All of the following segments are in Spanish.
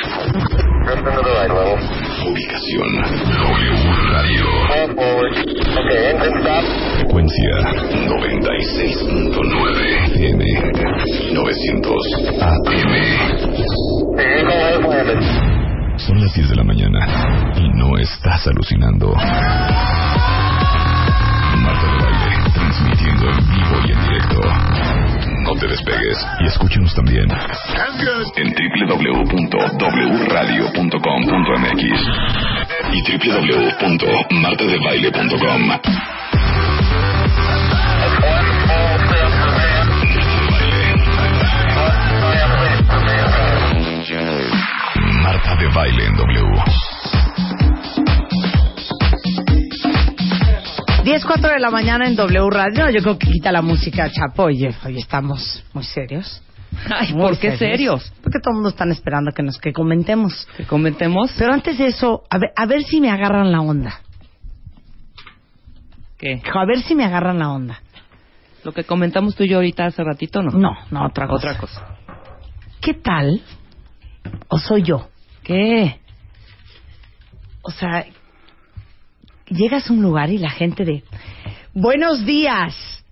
Drift into the right a little. Ubicación. W Radio. Fall forward. Okay, engine stop. Frecuencia 96.9 FM 900 AM. The Eagle has landed. Son las 10 de la mañana y no estás alucinando. Marta de Baile, transmitiendo en vivo y en directo. No te despegues y escúchanos también en www.wradio.com.mx y www.martadebaile.com. One small step for man, one giant leap for mankind. Marta de Baile en W. 10, 4 de la mañana en W Radio. No, Yo creo que quita la música, chapo. Oye, hoy estamos muy serios. Ay, Muy ¿por qué serios? Porque todo el mundo están esperando que nos que comentemos. Que comentemos Pero antes de eso, a ver, a ver si me agarran la onda. que A ver si me agarran la onda. lo que comentamos tú y yo ahorita hace ratito, ¿no? No, no, otra cosa. Otra cosa. ¿Qué tal? ¿O soy yo? ¿Qué? O sea, llegas a un lugar y la gente de... Buenos días.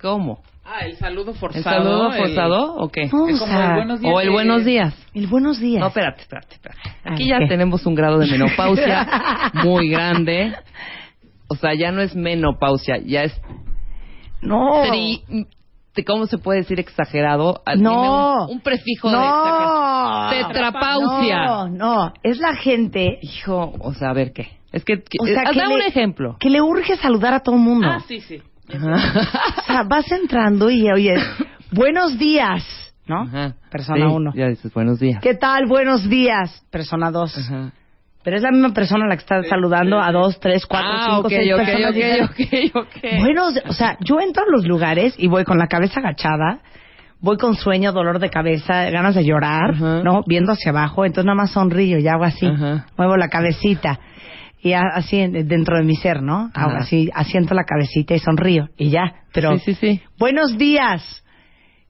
¿Cómo? Ah, el saludo ¿El forzado. saludo el- forzado o qué? No, o como el sea, buenos días O el de- buenos días. el buenos días. No, espérate, espérate, espérate. Aquí Ah, ya ¿qué? tenemos un grado de menopausia muy grande. O sea, ya no es menopausia, ya es No. tri- te- ¿Cómo se puede decir exagerado? Ah, dime No. Un, un prefijo de exagerado. no. Tetrapausia. No, no. Es la gente. Hijo, o sea, a ver qué. Es que, que- O sea, haz que da le- un ejemplo. Que le urge saludar a todo el mundo. Ah, sí, sí. O sea, vas entrando y oyes, buenos días, ¿no? Ajá. Persona Sí, uno. Ya dices buenos días. ¿Qué tal? Buenos días. Persona dos. Ajá. Pero es la misma persona la que está saludando a dos, tres, cuatro, ah, cinco, ok, seis ok, personas. ok, ok, ok. Buenos, o sea, yo entro a los lugares y voy con la cabeza agachada, voy con sueño, dolor de cabeza, ganas de llorar, Ajá. ¿no? Viendo hacia abajo, entonces nada más sonrío y hago así, Ajá. muevo la cabecita y a- así en- dentro de mi ser, ¿no? Hago Ajá. así, asiento la cabecita y sonrío y ya, pero Sí, sí, sí. Buenos días.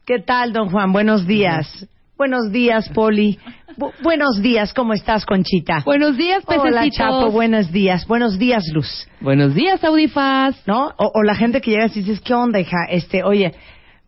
¿Qué tal, don Juan? Buenos días. Buenos días, Poli. Bu- buenos días, ¿cómo estás, Conchita? Buenos días, pececitos. Hola, Chapo, buenos días. Buenos días, Luz. Buenos días, Audifaz. ¿No? O, o la gente que llega y dices, ¿qué onda, hija? Este, oye,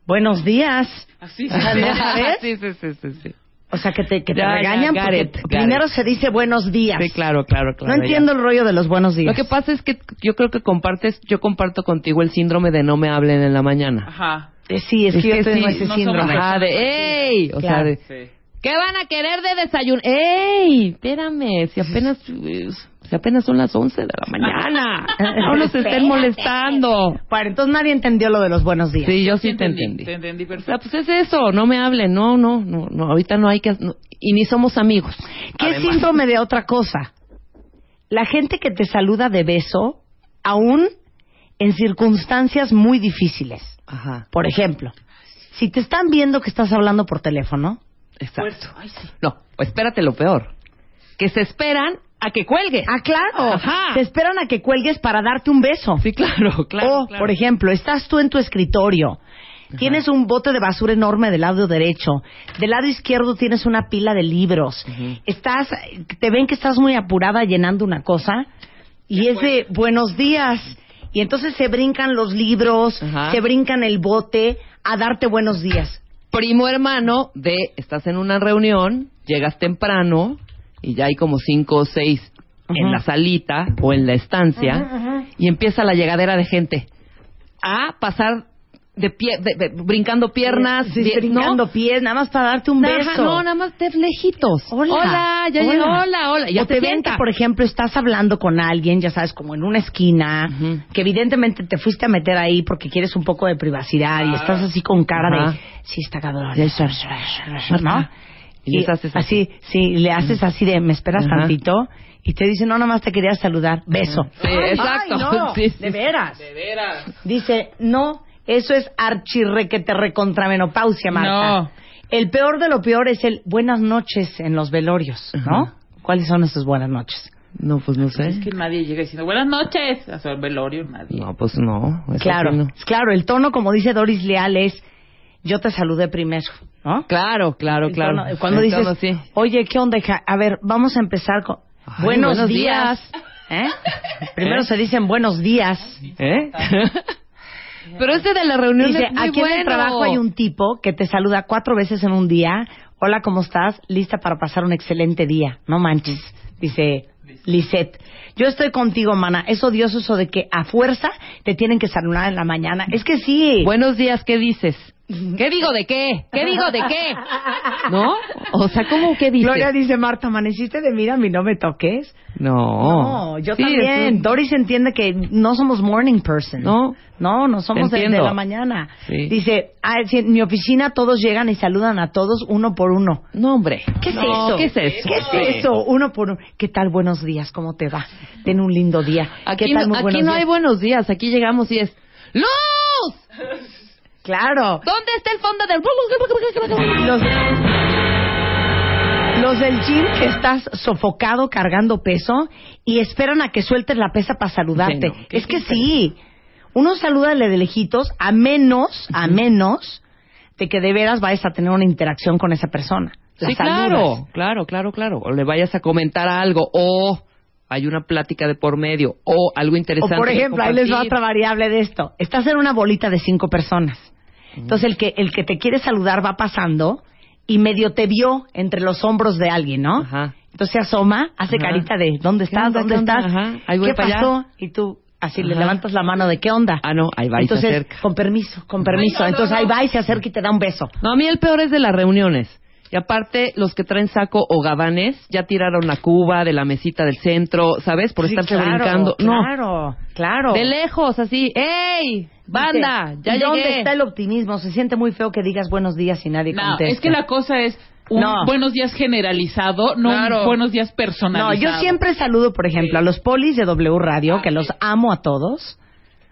buenos días. Así, sí, Ah, sí. no. ¿Sabes? Sí, sí, sí, sí, sí. O sea, que te, que te Ya, ya, regañan got porque it, got primero it. se dice buenos días. Sí, claro, claro, claro. no ya. entiendo el rollo de los buenos días. Lo que pasa es que yo creo que compartes, yo comparto contigo el síndrome de no me hablen en la mañana. Ajá. Eh, sí, es, que yo tengo sí, ese no síndrome. somos- Ajá, de, "Eh, ¡ey! O sea, Claro. de, Sí. ¿qué van a querer de desayuno? ¡Ey! Espérame, si apenas, eh, si apenas son las 11 de la mañana. No nos Ah, estén molestando. Bueno, entonces nadie entendió lo de los buenos días. Sí, yo sí te entendí. Te entendí O sea, perfecto. pues es eso, no me hablen, no, no, no, no ahorita no hay que... no- y ni somos amigos. ¿Qué síndrome de otra cosa? La gente que te saluda de beso, aún en circunstancias muy difíciles. Ajá, Por ejemplo, si te están viendo que estás hablando por teléfono, exacto. No, pues espérate lo peor. Que se esperan a que cuelgue. ah, claro, Ajá. te esperan a que cuelgues para darte un beso. Sí, claro, claro. o, claro. por ejemplo, estás tú en tu escritorio, tienes un bote de basura enorme del lado derecho, del lado izquierdo tienes una pila de libros, Ujú. estás, te ven que estás muy apurada llenando una cosa y es de buenos días. Y entonces se brincan los libros, Ajá. se brincan el bote a darte buenos días. Primo hermano de, estás en una reunión, llegas temprano y ya hay como cinco o seis en Ajá. la salita o en la estancia y empieza la llegadera de gente a pasar de pie, de- de- brincando piernas, Sí, de- ¿no? brincando pies, nada más para darte un Ajá, beso. no, nada más de lejitos. Hola, ya hola. llegó. Hola, hola. Ya o te, ven que, sienta. por ejemplo, estás hablando con alguien, ya sabes, como en una esquina, Ujú. que evidentemente te fuiste a meter ahí porque quieres un poco de privacidad y estás así con cara Ah. Ajá. de, sí, está cabrón. Ya está. ¿no? Y les haces así. así, sí, le haces así de, me esperas Ajá. tantito, y te dice, no, nada más te quería saludar, beso. Sí, exacto. Ay, no, Sí, sí. de veras. De veras. Dice, no, eso es archirrequete recontramenopausia, Marta. No. El peor de lo peor es el buenas noches en los velorios, ¿no? Ajá. ¿Cuáles son esas buenas noches? No, pues no sé. Es que nadie llega diciendo buenas noches a su velorio, nadie. No, pues no. eso Claro, sí no. claro, el tono, como dice Doris Leal, es yo te saludé primero, ¿no? Claro, claro, El claro. tono, cuando El dices, tono, sí. oye, ¿qué onda, hija? A ver, vamos a empezar con... Ay, buenos, buenos días. ¿Eh? Primero se dicen buenos días. ¿Eh? Pero ese de la reunión Dice, es muy aquí bueno. en el trabajo hay un tipo que te saluda cuatro veces en un día. Hola, ¿cómo estás? Lista para pasar un excelente día. No manches, dice Lisette. Yo estoy contigo, mana. Es odioso eso de que a fuerza te tienen que saludar en la mañana. Es que sí. Buenos días, ¿qué dices? ¿Qué digo de qué? ¿Qué digo de qué? ¿No? O sea, ¿cómo qué dices? Gloria dice, Marta, amaneciste de mira, mi no me toques. No. No, yo Oh. Sí, también. es un- Doris entiende que no somos morning person. No. No, no somos Te de, de entiendo. la mañana. Sí. Dice, ah, sí, en mi oficina todos llegan y saludan a todos uno por uno. No, hombre. ¿Qué es No, eso? ¿Qué es eso? ¿Qué es eso? Uno por uno. ¿Qué tal? Buenos días, ¿cómo te va? Ten un lindo día. Aquí, ¿Qué tal? no, Muy aquí buenos no días. hay buenos días. Aquí llegamos y es... ¡Luz! Claro. ¿Dónde está el fondo del... Los... Los del gym que estás sofocado cargando peso y esperan a que sueltes la pesa para saludarte. Sí, no, qué es que diferente. sí. Uno saluda de lejitos a menos, a menos de que de veras vayas a tener una interacción con esa persona. La Sí, saludas. claro, claro, claro, claro. O le vayas a comentar algo, o hay una plática de por medio, o algo O interesante. por que ejemplo, ahí les va compartir. otra variable de esto. Estás en una bolita de cinco personas. Entonces el que el que te quiere saludar va pasando y medio te vio entre los hombros de alguien, ¿no? Ajá. Entonces se asoma, hace Ajá. carita de ¿dónde ¿Qué estás? onda, ¿Dónde qué onda? estás? Ajá, ahí voy ¿Qué para allá. pasó? Y tú así le Ajá. levantas la mano de ¿qué onda? Ah, no, ahí va y se Entonces, acerca. con permiso, con permiso. Entonces ahí va y se acerca y te da un beso. No, a mí el peor es de las reuniones. Y aparte, los que traen saco o gabanes ya tiraron la cuba de la mesita del centro, ¿sabes? Por Sí, estarse claro, brincando. No, Claro, claro. de lejos, así. ¡Ey! ¡Banda! Dice, ¡Ya ¿y ¿Dónde llegué! está el optimismo? Se siente muy feo que digas buenos días y nadie No, contesta. es que la cosa es un No. buenos días generalizado, no un Claro. buenos días No, personalizado. yo siempre saludo, por ejemplo, a los polis de W Radio, que los amo a todos.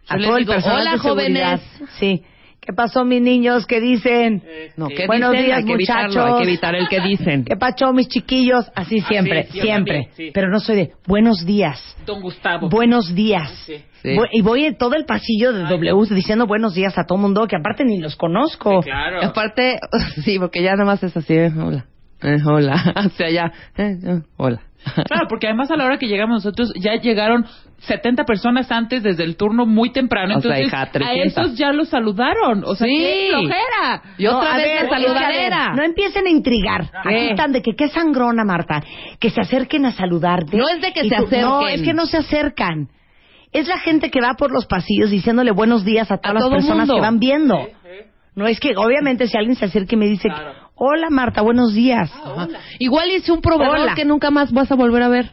A Yo les todo el digo, personal "Hola, de seguridad". jóvenes. Sí. ¿Qué pasó, mis niños? ¿Qué dicen? Eh. No, ¿qué Buenos dicen? días, hay que evitarlo, muchachos. hay que evitar el que dicen. ¿Qué pasó, mis chiquillos? Así siempre, sí, yo siempre. también, sí. Pero no soy de buenos días, Don Gustavo. buenos días. Sí. Sí. Bu- Y voy en todo el pasillo de W diciendo buenos días a todo mundo, que aparte ni los conozco. Sí, claro. Aparte, sí, porque ya nada más es así, eh, hola, eh, hola, o sea, ya, eh, eh, hola. Claro, porque además a la hora que llegamos nosotros ya llegaron 70 personas antes desde el turno muy temprano. O sea, Entonces, hija, a 300. esos ya los saludaron. O sea, Sí. qué flojera. Y otra No, a vez ver, la saludadera. es que, a ver, No empiecen a intrigar. Aquí Eh. están de que qué sangrona, Marta. Que se acerquen a saludarte. No es de que Y se No, acerquen. es que no se acercan. Es la gente que va por los pasillos diciéndole buenos días a todas A las todo personas mundo. que van viendo. No es que, obviamente, si alguien se acerca y me dice, hola Marta, buenos días. Ah. Igual hice un proveedor Hola. que nunca más vas a volver a ver.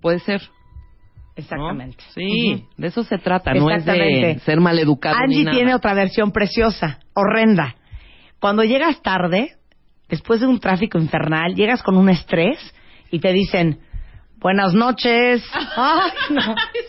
Puede ser. ¿no? Exactamente. Sí, Ujú. de eso se trata, no es de Exactamente. ser maleducado ni Angie nada. tiene otra versión preciosa, horrenda. Cuando llegas tarde, después de un tráfico infernal, llegas con un estrés y te dicen, buenas noches. Ay, no, Es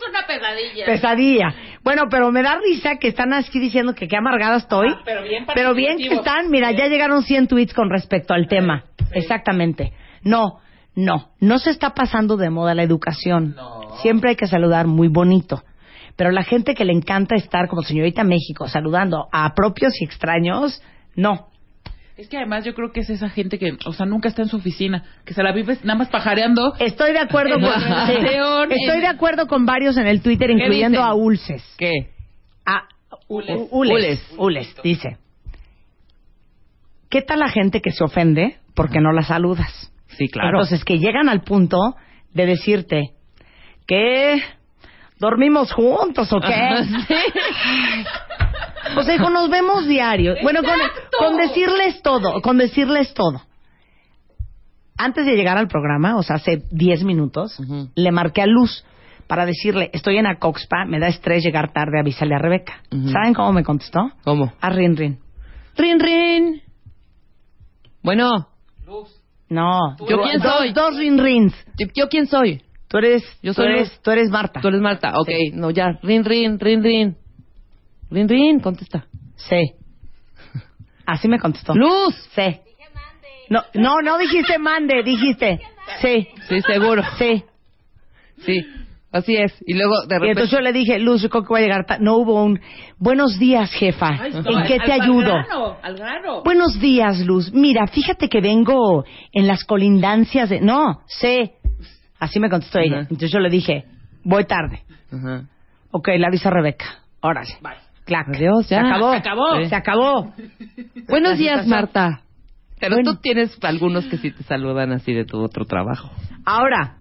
una pesadilla. pesadilla. Bueno, pero me da risa que están aquí diciendo que qué amargada estoy. Ah, pero bien Pero bien que participativo. están, mira, ya llegaron 100 tweets con respecto al tema. Exactamente. No, no, no se está pasando de moda la educación. Siempre hay que saludar muy bonito. Pero la gente que le encanta estar como señorita México saludando a propios y extraños, no. Es que además yo creo que es esa gente que, o sea, nunca está en su oficina, que se la vive nada más pajareando. Estoy de acuerdo con Ajá. sí. León, Estoy en- de acuerdo con varios en el Twitter, incluyendo dicen? a Ulces. ¿Qué? A Ules. U- Ules. Ules. dice. ¿Qué tal la gente que se ofende porque no la saludas? Sí, claro. Entonces, que llegan al punto de decirte que dormimos juntos o qué. O sea, hijo, nos vemos diario. Bueno, con, con decirles todo, con decirles todo. Antes de llegar al programa, o sea, hace 10 minutos, Ujú. le marqué a Luz para decirle, estoy en Acoxpa, me da estrés llegar tarde, avísale a Rebeca. Ujú. ¿Saben cómo me contestó? ¿Cómo? A Rin Rin. Rin, rin. Bueno. No. ¿Yo quién dos, soy? Dos rin rins. ¿Yo, yo quién soy? Tú eres, Yo tú soy eres, tú eres Marta. Tú eres Marta. Ok, no, ya. Rin, rin, rin, rin. Rin, rin, contesta. Sí. Así me contestó. ¡Luz! Sí. No, no, no dijiste mande, dijiste. Sí. Sí, seguro. Sí. Sí, así es. Y luego de Y repente... entonces yo le dije, Luz, yo creo que voy a llegar. ta- No hubo un. Buenos días, jefa. ¿En qué te ayudo? Al grano, al grano. Buenos días, Luz. Mira, fíjate que vengo en las colindancias de. No, sé. Así me contestó ella. Ajá. Entonces yo le dije, voy tarde. Ajá. Ok, la avisa Rebeca. Órale. Bye. Clac. Adiós, ya. Se acabó. Se acabó. Se acabó. Buenos días, Marta. Pero Bueno. tú tienes algunos que sí te saludan así de tu otro trabajo. Ahora,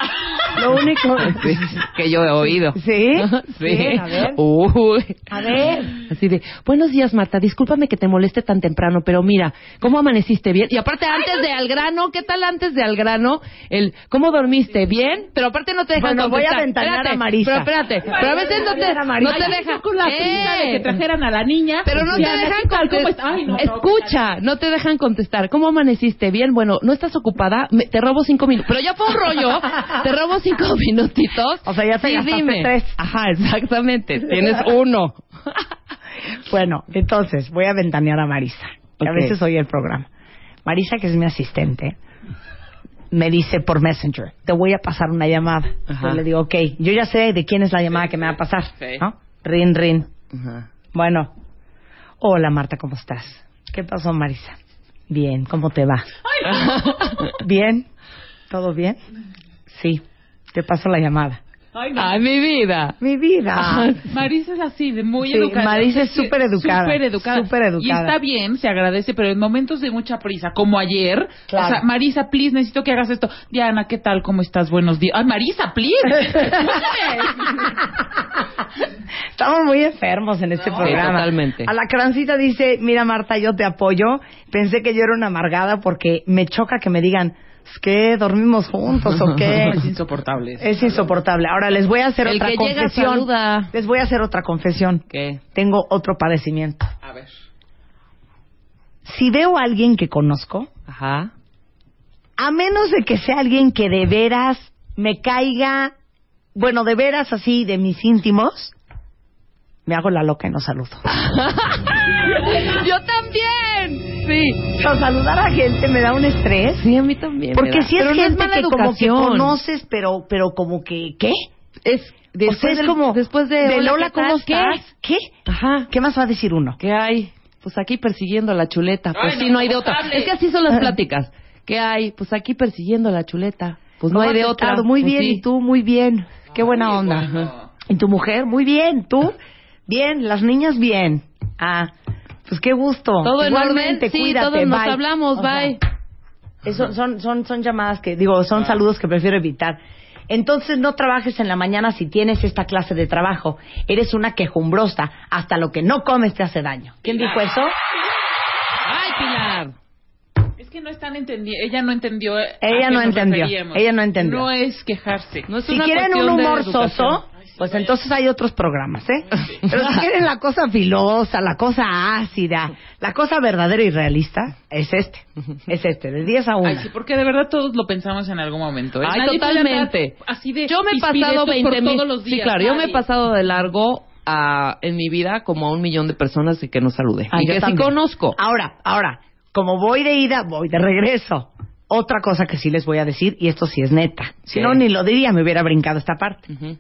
lo único. Sí, que yo he oído. ¿Sí? Sí. Bien, a ver. Uy. A ver. Así de, buenos días, Marta. Discúlpame que te moleste tan temprano, pero mira, ¿cómo amaneciste bien? Y aparte, antes de al grano, ¿qué tal antes de al grano? El, ¿cómo dormiste bien? Pero aparte no te dejan Bueno, voy a contestar. aventanear Espérate, a Marisa. Pero espérate, pero a veces no te, no te Ay, dejan. con la prisa de ¡Eh! que trajeran a la niña. Pero no te Y a la dejan chica, ¿cómo contestar. está? Ay, no, no, Escucha, no te dejan contestar. ¿Cómo amaneciste? Bien, bueno, ¿no estás ocupada? Me- te robo cinco minutos. Pero ya fue un rollo. te robo cinco minutitos. O sea, ya te Sí, gastaste dime. tres. Ajá, exactamente. Tienes uno. Bueno, entonces voy a ventanear a Marisa, que Ok. a veces oye el programa. Marisa, que es mi asistente, me dice por Messenger, te voy a pasar una llamada. Ajá. Yo le digo, ok, yo ya sé de quién es la llamada que me va a pasar. Sí. ¿no? Rin, rin. Ajá. Bueno, hola Marta, ¿cómo estás? ¿Qué pasó, Marisa? Bien, ¿cómo te va? Bien, ¿todo bien? Sí, te paso la llamada. Ay, no. Ay, Ah, mi vida. Mi vida. Marisa es así, de muy Sí, educada. Marisa es súper educada, Súper educada. súper educada. Y está bien, se agradece, pero en momentos de mucha prisa, como ayer. Claro. O sea, Marisa, please, necesito que hagas esto. Diana, ¿qué tal? ¿Cómo estás? Buenos días. Ay, Marisa, please. Estamos muy enfermos en este No, programa. totalmente. A la crancita dice, mira Marta, yo te apoyo. Pensé que yo era una amargada porque me choca que me digan, es que dormimos juntos o qué. es insoportable. Es insoportable. Ahora les voy a hacer El otra que llega, confesión. saluda. Les voy a hacer otra confesión. ¿Qué? Tengo otro padecimiento. A ver. Si veo a alguien que conozco, Ajá. a menos de que sea alguien que de veras me caiga, bueno, de veras así de mis íntimos, me hago la loca y no saludo. Yo también. Sí. O sea, saludar a gente me da un estrés. Sí, a mí también. me Porque da. si es Pero no gente mala que como que educación. conoces, pero, pero como que, ¿qué? Es o sea, después es del- como, después de, de Lola, ¿qué tal? ¿cómo estás? ¿Qué? ¿Qué? Ajá. ¿Qué más va a decir uno? ¿Qué hay? Pues aquí persiguiendo la chuleta. Pues Ay, sí, no, no hay de otra. insoportable. Es que así son las pláticas. ¿Qué hay? Pues aquí persiguiendo la chuleta. Pues no ¿Cómo hay de has otra. estado? Muy Pues bien, sí. y tú, muy bien. Qué buena onda. bueno. ¿Y tu mujer? Muy bien. ¿Tú? Bien. Las niñas, bien. Ah, pues qué gusto. Todo en orden. Igualmente, Sí, cuídate, todos nos bye. hablamos. O sea, Bye. Eso, son, son, son llamadas que, digo, son saludos que prefiero evitar. Entonces no trabajes en la mañana si tienes esta clase de trabajo. Eres una quejumbrosa. Hasta lo que no comes te hace daño. ¿Quién dijo eso? Ay, Pilar. Es que no están entendiendo. Ella no entendió. a Ella qué no nos entendió, referíamos. ella no entendió. No es quejarse. No es Si una quieren un cuestión de humor educación. soso, pues entonces hay otros programas, ¿eh? Pero si quieren la cosa filosa, la cosa ácida, la cosa verdadera y realista, es este. Es este, de 10 a 1. Ay, sí, porque de verdad todos lo pensamos en algún momento. ¿eh? Ay, Nadie puede totalmente. andar Así de yo me he pispiretos pasado por 20 mil. todos los días. Sí, claro, yo me he Nadie. pasado de largo a, en mi vida como a un millón de personas y que no saludé. Ah, y yo que sí también. Ah. conozco. Ahora, ahora, como voy de ida, voy de regreso. Otra cosa que sí les voy a decir, y esto sí es neta. Si ¿Qué? no, ni lo diría, me hubiera brincado esta parte. Ujú.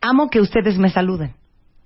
Amo que ustedes me saluden.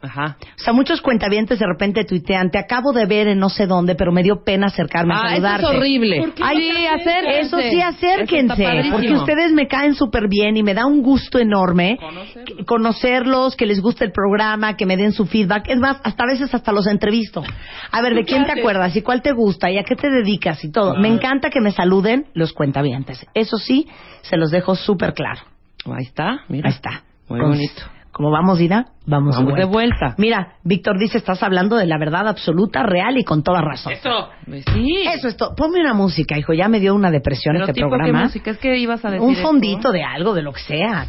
Ajá. O sea, muchos cuentavientes de repente tuitean, te acabo de ver en no sé dónde, pero me dio pena acercarme a Ah, eso saludarte. es horrible. ¿Por qué Ay, no sí, te acérquense. acercas? Eso sí, Eso acérquense, está padrísimo. porque ustedes me caen súper bien y me da un gusto enorme Conocerlos. que- conocerlos, que les guste el programa, que me den su feedback. Es más, hasta a veces hasta los entrevisto. A ver, ¿de quién te haces? acuerdas y cuál te gusta y a qué te dedicas y todo? Me Ah. encanta que me saluden los cuentavientes. Eso sí, se los dejo súper claro. Ahí está, mira. Ahí está. Muy Entonces, bonito. Como vamos, Ida, vamos, Vamos de vuelta. Mira, Víctor dice, estás hablando de la verdad absoluta, real y con toda razón. Eso. Pues Sí. Eso es todo. Ponme una música, hijo. Ya me dio una depresión Pero este tipo, ¿qué programa. música? Es que ibas a decir Un eso. fondito de algo, de lo que sea.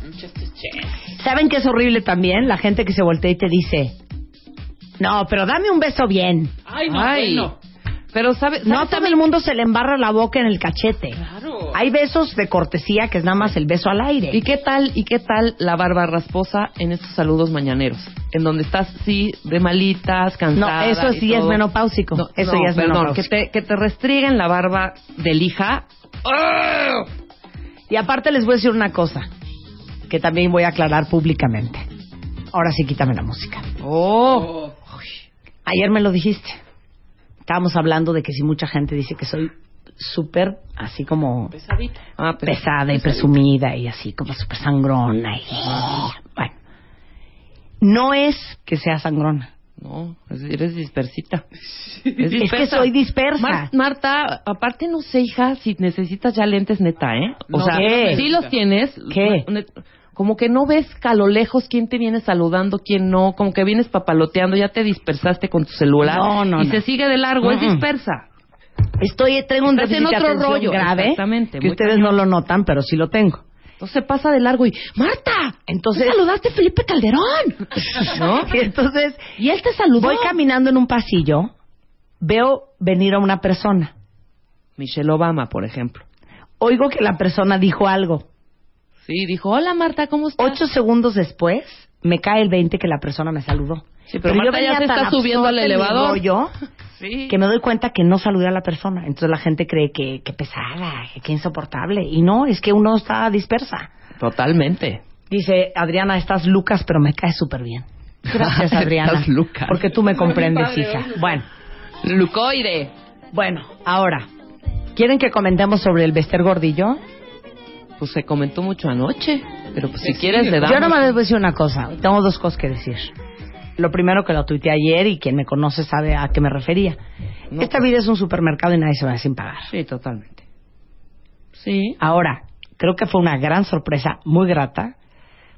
¿Saben que es horrible también? La gente que se voltea y te dice, no, pero dame un beso bien. Ay, no, Ay. bueno. Pero sabe, No, ¿sabe- todo el mundo se le embarra la boca en el cachete. Claro. Hay besos de cortesía que es nada más el beso al aire. ¿Y qué tal, y qué tal la barba rasposa en estos saludos mañaneros? En donde estás, sí, de malitas, cansada. No, eso y sí es todo. menopáusico. No, Eso no, ya es perdón, que menopáusico. te, que te restrieguen la barba de lija. Y aparte les voy a decir una cosa que también voy a aclarar públicamente. Ahora sí, quítame la música. ¡Oh! Ayer me lo dijiste. Estábamos hablando de que si mucha gente dice que soy súper así como Pesadita. Ah, pero- pesada y presumida y así como súper sangrona. Y... Bueno, no es que sea sangrona. No, es- eres dispersita. Es, Es que soy dispersa. Mar- Marta, aparte no sé, hija, si necesitas ya lentes neta, ¿eh? O No, sea, ¿qué? si los tienes. ¿Qué? ne- Como que no ves a lo lejos quién te viene saludando, quién no, como que vienes papaloteando, ya te dispersaste con tu celular No, no, y no. se sigue de largo, es Mm-mm. dispersa. Estoy, tengo un Estás en déficit de otro atención rollo. grave Exactamente, que muy ustedes no lo notan, pero sí lo tengo. Entonces se pasa de largo y, Marta, Entonces- ¿tú saludaste a Felipe Calderón, ¿no? Y entonces Y él te saludó. voy caminando en un pasillo, veo venir a una persona, Michelle Obama, por ejemplo. oigo que la persona dijo algo. Ah. Sí, dijo, hola Marta, ¿cómo estás? Ocho segundos después me cae el 20 que la persona me saludó. Sí, pero Marta ya venía se tan está subiendo absorta al en mi elevador. rollo Sí. que me doy cuenta que no saludé a la persona. Entonces la gente cree que, que pesada, que insoportable. Y no, es que uno está dispersa. Totalmente. Dice, Adriana, estás Lucas, pero me caes súper bien. Gracias, Adriana. Estás Lucas. Porque tú me comprendes, hija. Bueno, Lucoide. bueno, ahora, ¿quieren que comentemos sobre el Bester Gordillo? Pues se comentó mucho anoche, pero pues si Sí, quieres le damos. Yo nomás les voy a decir una cosa. Tengo dos cosas que decir. Lo primero que lo tuiteé ayer y quien me conoce sabe a qué me refería. No, Esta pues. vida es un supermercado y nadie se va sin pagar. Sí, totalmente. Sí. Ahora, creo que fue una gran sorpresa, muy grata,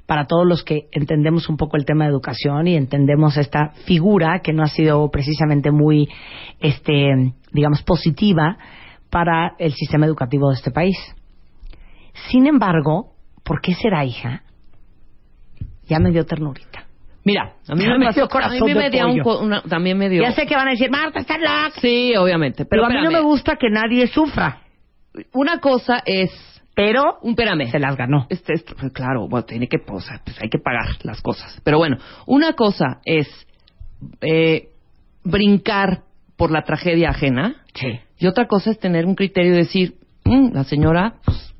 para todos los que entendemos un poco el tema de educación y entendemos esta figura que no ha sido precisamente muy, este, digamos, positiva para el sistema educativo de este país. Sin embargo, ¿por qué será hija? Ya me dio ternurita. Mira, a mí Ya me, me dio pasó, a corazón mí me de dio un pollo. co- una- también me dio. Ya sé que van a decir, Marta, está loca. Sí, obviamente, pero, Pero a mí no me espérame. gusta que nadie sufra. Una cosa es Pero un espérame. se las ganó. Este, este, pues, claro, bueno, tiene que, o sea, pues hay que pagar las cosas. Pero bueno, una cosa es eh, brincar por la tragedia ajena Sí. y otra cosa es tener un criterio y decir, "Mm, la señora pues,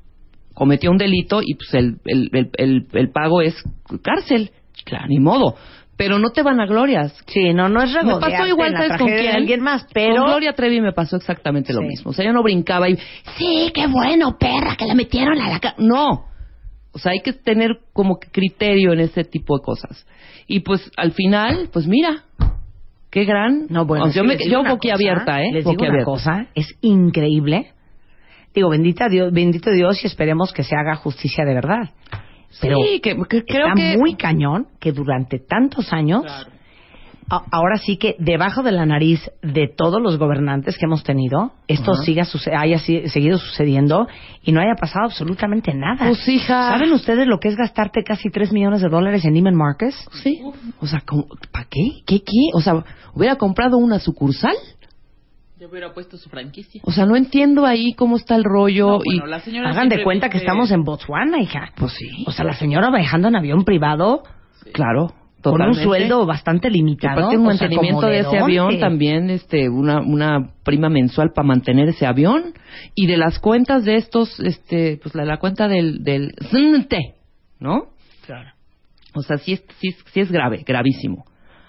cometió un delito y pues el, el, el, el- el pago es cárcel. Claro, ni modo. Pero no te van a glorias. Sí, no, no es Me regodearte pasó igual, en la ¿sabes con tragedia de quién? alguien más, pero... Con Gloria Trevi me pasó exactamente lo Sí. mismo. O sea, yo no brincaba y... Sí, qué bueno, perra, que la metieron a la... ca-". No. O sea, hay que tener como que criterio en ese tipo de cosas. Y pues, al final, pues mira, qué gran... No, bueno, O sea, es yo que me, les digo yo una boquiabierta, cosa, ¿eh? Les digo una Boquiabierta. cosa, es increíble. Digo, bendita Dios, bendito Dios y esperemos que se haga justicia de verdad. Pero sí, que, que creo está que... muy cañón que durante tantos años, Claro. a- ahora sí que debajo de la nariz de todos los gobernantes que hemos tenido, esto Ajá. siga suce- haya si- seguido sucediendo y no haya pasado absolutamente nada. Pues hija... ¿Saben ustedes lo que es gastarte casi 3 millones de dólares en Neiman Marcus? Sí. O sea, ¿para qué? ¿Qué qué? O sea, ¿hubiera comprado una sucursal? Yo hubiera puesto su franquicia. O sea, no entiendo ahí cómo está el rollo No, y... bueno, la señora Hagan de siempre cuenta que dice- estamos en Botswana, hija. Pues sí. O sea, la señora viajando en avión privado Claro, con un totalmente. sueldo bastante Y limitado. aparte un o sea, mantenimiento como de ese dónde? avión también, este, una, una prima mensual para mantener ese avión y de las cuentas de estos, este, pues la, la cuenta del, del SNT, ¿no? Claro. O sea, sí es, sí, es- sí es grave, gravísimo.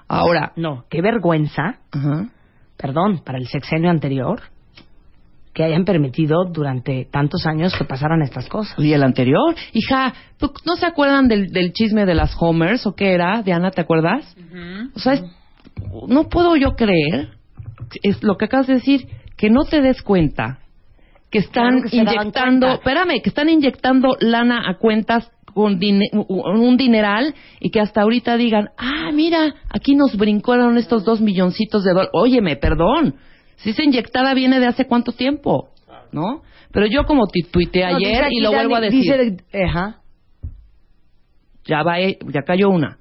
Ahora, No, qué vergüenza, ajá, perdón, para el sexenio anterior que hayan permitido durante tantos años que pasaran estas cosas. y el anterior, hija, ¿tú- ¿no se acuerdan del, del chisme de las Homers o qué era, Diana, te acuerdas? Ujú. O sea, es- no puedo yo creer, es lo que acabas de decir, que no te des cuenta que están Claro que se daban inyectando, cuenta. espérame, que están inyectando lana a cuentas con dine- un un dineral y que hasta ahorita digan, ah, mira, aquí nos brincaron estos dos milloncitos de dólares. Óyeme, perdón, si esa inyectada viene de hace cuánto tiempo, ¿no? Pero yo como ti- tuiteé No, dice ayer aquí y lo vuelvo a Dani- decir, dice- ajá. ya va, eh, ya cayó una.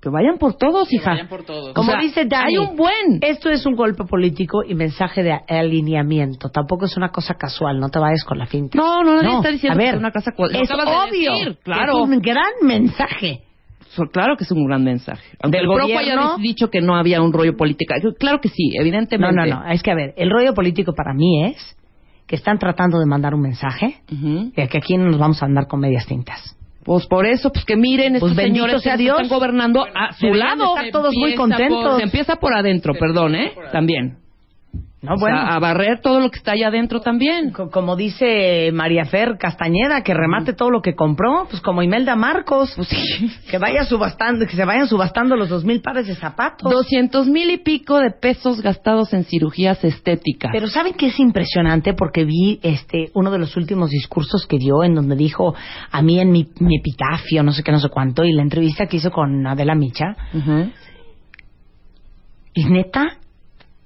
Que vayan por todos, hija. vayan por todos. Como O sea, dice Dani, hay un buen. Esto es un golpe político y mensaje de alineamiento. Tampoco es una cosa casual. No te vayas con la finta. No, no, nadie está diciendo a que ver, es una casa cual- lo Es acabas de obvio. decir, que claro. Es un gran mensaje. So- claro que es un gran mensaje. Aunque ¿Del el Proco haya gobierno? dis- dicho que no había un rollo político. Claro que sí, No, evidentemente. no, no. Es que a ver, el rollo político para mí es que están tratando de mandar un mensaje Ujú. de que aquí no nos vamos a andar con medias tintas. Pues por eso, pues que miren, Pues estos bendito señores sea que Dios. están gobernando a su deberían lado. estar todos muy Empieza contentos. por- Se empieza por adentro, Ah, perdón, ¿eh? También. No, O bueno. sea, a barrer todo lo que está allá adentro también. Co- Como dice María Fer Castañeda, que Mm. remate todo lo que compró, pues como Imelda Marcos, pues, que vaya subastando, que se vayan subastando los dos mil pares de zapatos. 200 mil y pico de pesos gastados en cirugías estéticas. Pero saben que es impresionante porque vi este uno de los últimos discursos que dio en donde dijo a mí en mi, mi epitafio, no sé qué, no sé cuánto, y la entrevista que hizo con Adela Micha, Ujú. y neta,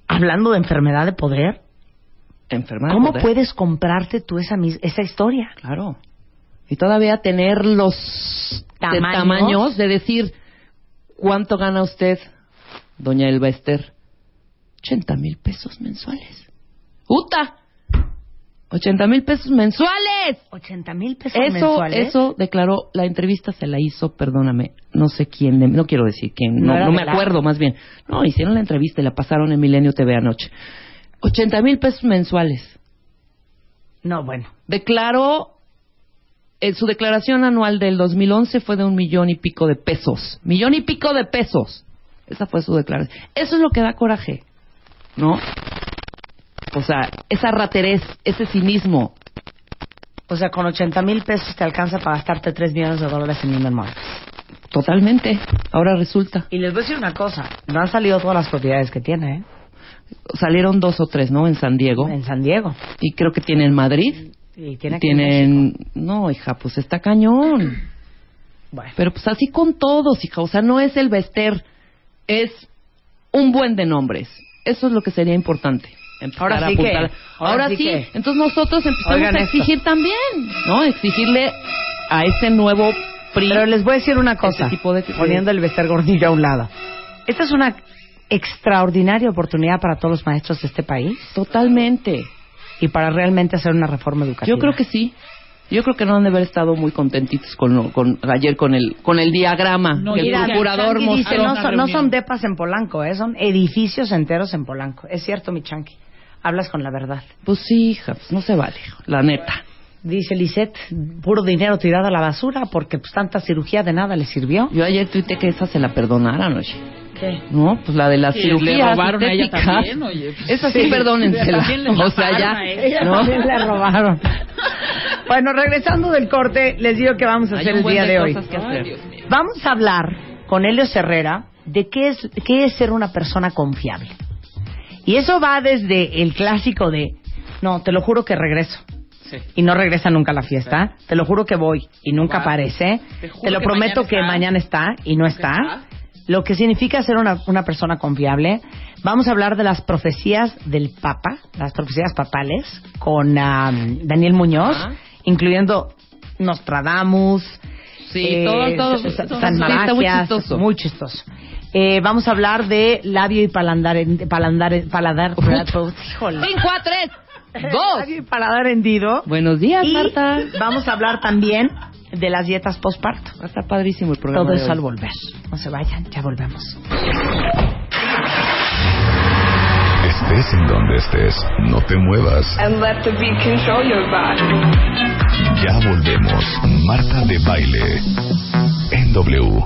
hablando de enfermedad de poder, Enfermar. ¿cómo joder. puedes comprarte tú esa mis- esa historia? Claro. Y todavía tener los de Tamaños. tamaños de decir, ¿cuánto gana usted, doña Elba Ester? 80 mil pesos mensuales. ¡Uta! 80 mil pesos mensuales. 80 mil pesos Eso, mensuales. eso declaró, la entrevista se la hizo, perdóname, no sé quién, de- no quiero decir quién, No no, era no me Velarde. acuerdo más bien. No, hicieron la entrevista y la pasaron en Milenio TV anoche. 80 mil pesos mensuales No, bueno. declaró en su declaración anual del 2011 fue de un millón y pico de pesos. Millón y pico de pesos. Esa fue su declaración. Eso es lo que da coraje, ¿no? O sea, esa raterez, ese cinismo. O sea, con 80 mil pesos te alcanza para gastarte 3 millones de dólares en Inver Mall. Totalmente. Ahora resulta. Y les voy a decir una cosa. No han salido todas las propiedades que tiene, ¿eh? Salieron dos o tres, ¿no? En San Diego. En San Diego. Y creo que tiene en Madrid. Y Pues. tiene Tienen... aquí en México. No, hija, pues está cañón. Bueno. Pero pues así con todos, hija. O sea, no es el Bester, es un buen de nombres. Eso es lo que sería importante. empezar Ahora a sí que- apuntar. ahora Ahora sí sí. que- Entonces nosotros empezamos Oigan a esto. exigir también, ¿no? Exigirle a ese nuevo PRI. Pero les voy a decir una cosa, Este tipo de- poniendo el vestir gordillo a un lado. Esta es una extraordinaria oportunidad para todos los maestros de este país Totalmente. y para realmente hacer una reforma educativa. Yo creo que sí. Yo creo que no han de haber estado muy contentitos con, lo- con ayer con el con el diagrama No, que el mira, procurador Chanqui Chanqui dice, mostró. no, una son, no reunión. son depas en Polanco, ¿eh? son edificios enteros en Polanco. Es cierto, mi chanqui. Hablas con la verdad. Pues sí, hija, pues no se vale, hijo, la neta. Dice Lisette, puro dinero tirado a la basura porque pues tanta cirugía de nada le sirvió. Yo ayer tuiteé que esa se la perdonaran, oye. ¿Qué? No, pues la de las Sí, cirugías le robaron a ella estéticas. también, oye. Esa sí, Sí. perdónensela. También le O sea, taparon a ella. ya. ¿no? También la robaron. bueno, regresando del corte, les digo que vamos a Hay hacer un el buen día de de hoy. cosas que hacer. Ay, Dios mío. Vamos a hablar con Helio Herrera de qué es, qué es ser una persona confiable. Y eso va desde el clásico de, no, te lo juro que regreso. Sí. Y no regresa nunca a la fiesta. Te lo juro que voy y nunca Guau. aparece. Te juro Te lo que prometo mañana que está. mañana está y no está. está. Lo que significa ser una, una persona confiable. Vamos a hablar de las profecías del Papa, las profecías papales, con ah, Daniel Muñoz, Ajá. incluyendo Nostradamus, Sí, eh, todo, todo. Sa- Sa- todo- San sí, está muy Malaquias, chistoso. muy chistoso. Eh, vamos a hablar de labio y palandar, en- palandar, paladar, híjole. 5 a 3, 2. Labio y paladar hendido. Buenos días, Y Marta. vamos a hablar también de las dietas postparto. Está padrísimo el programa. Todo de eso hoy. al volver. No se vayan, ya volvemos. Estés en donde estés, no te muevas. and let the beat control your body. Ya volvemos. Marta de baile. En W.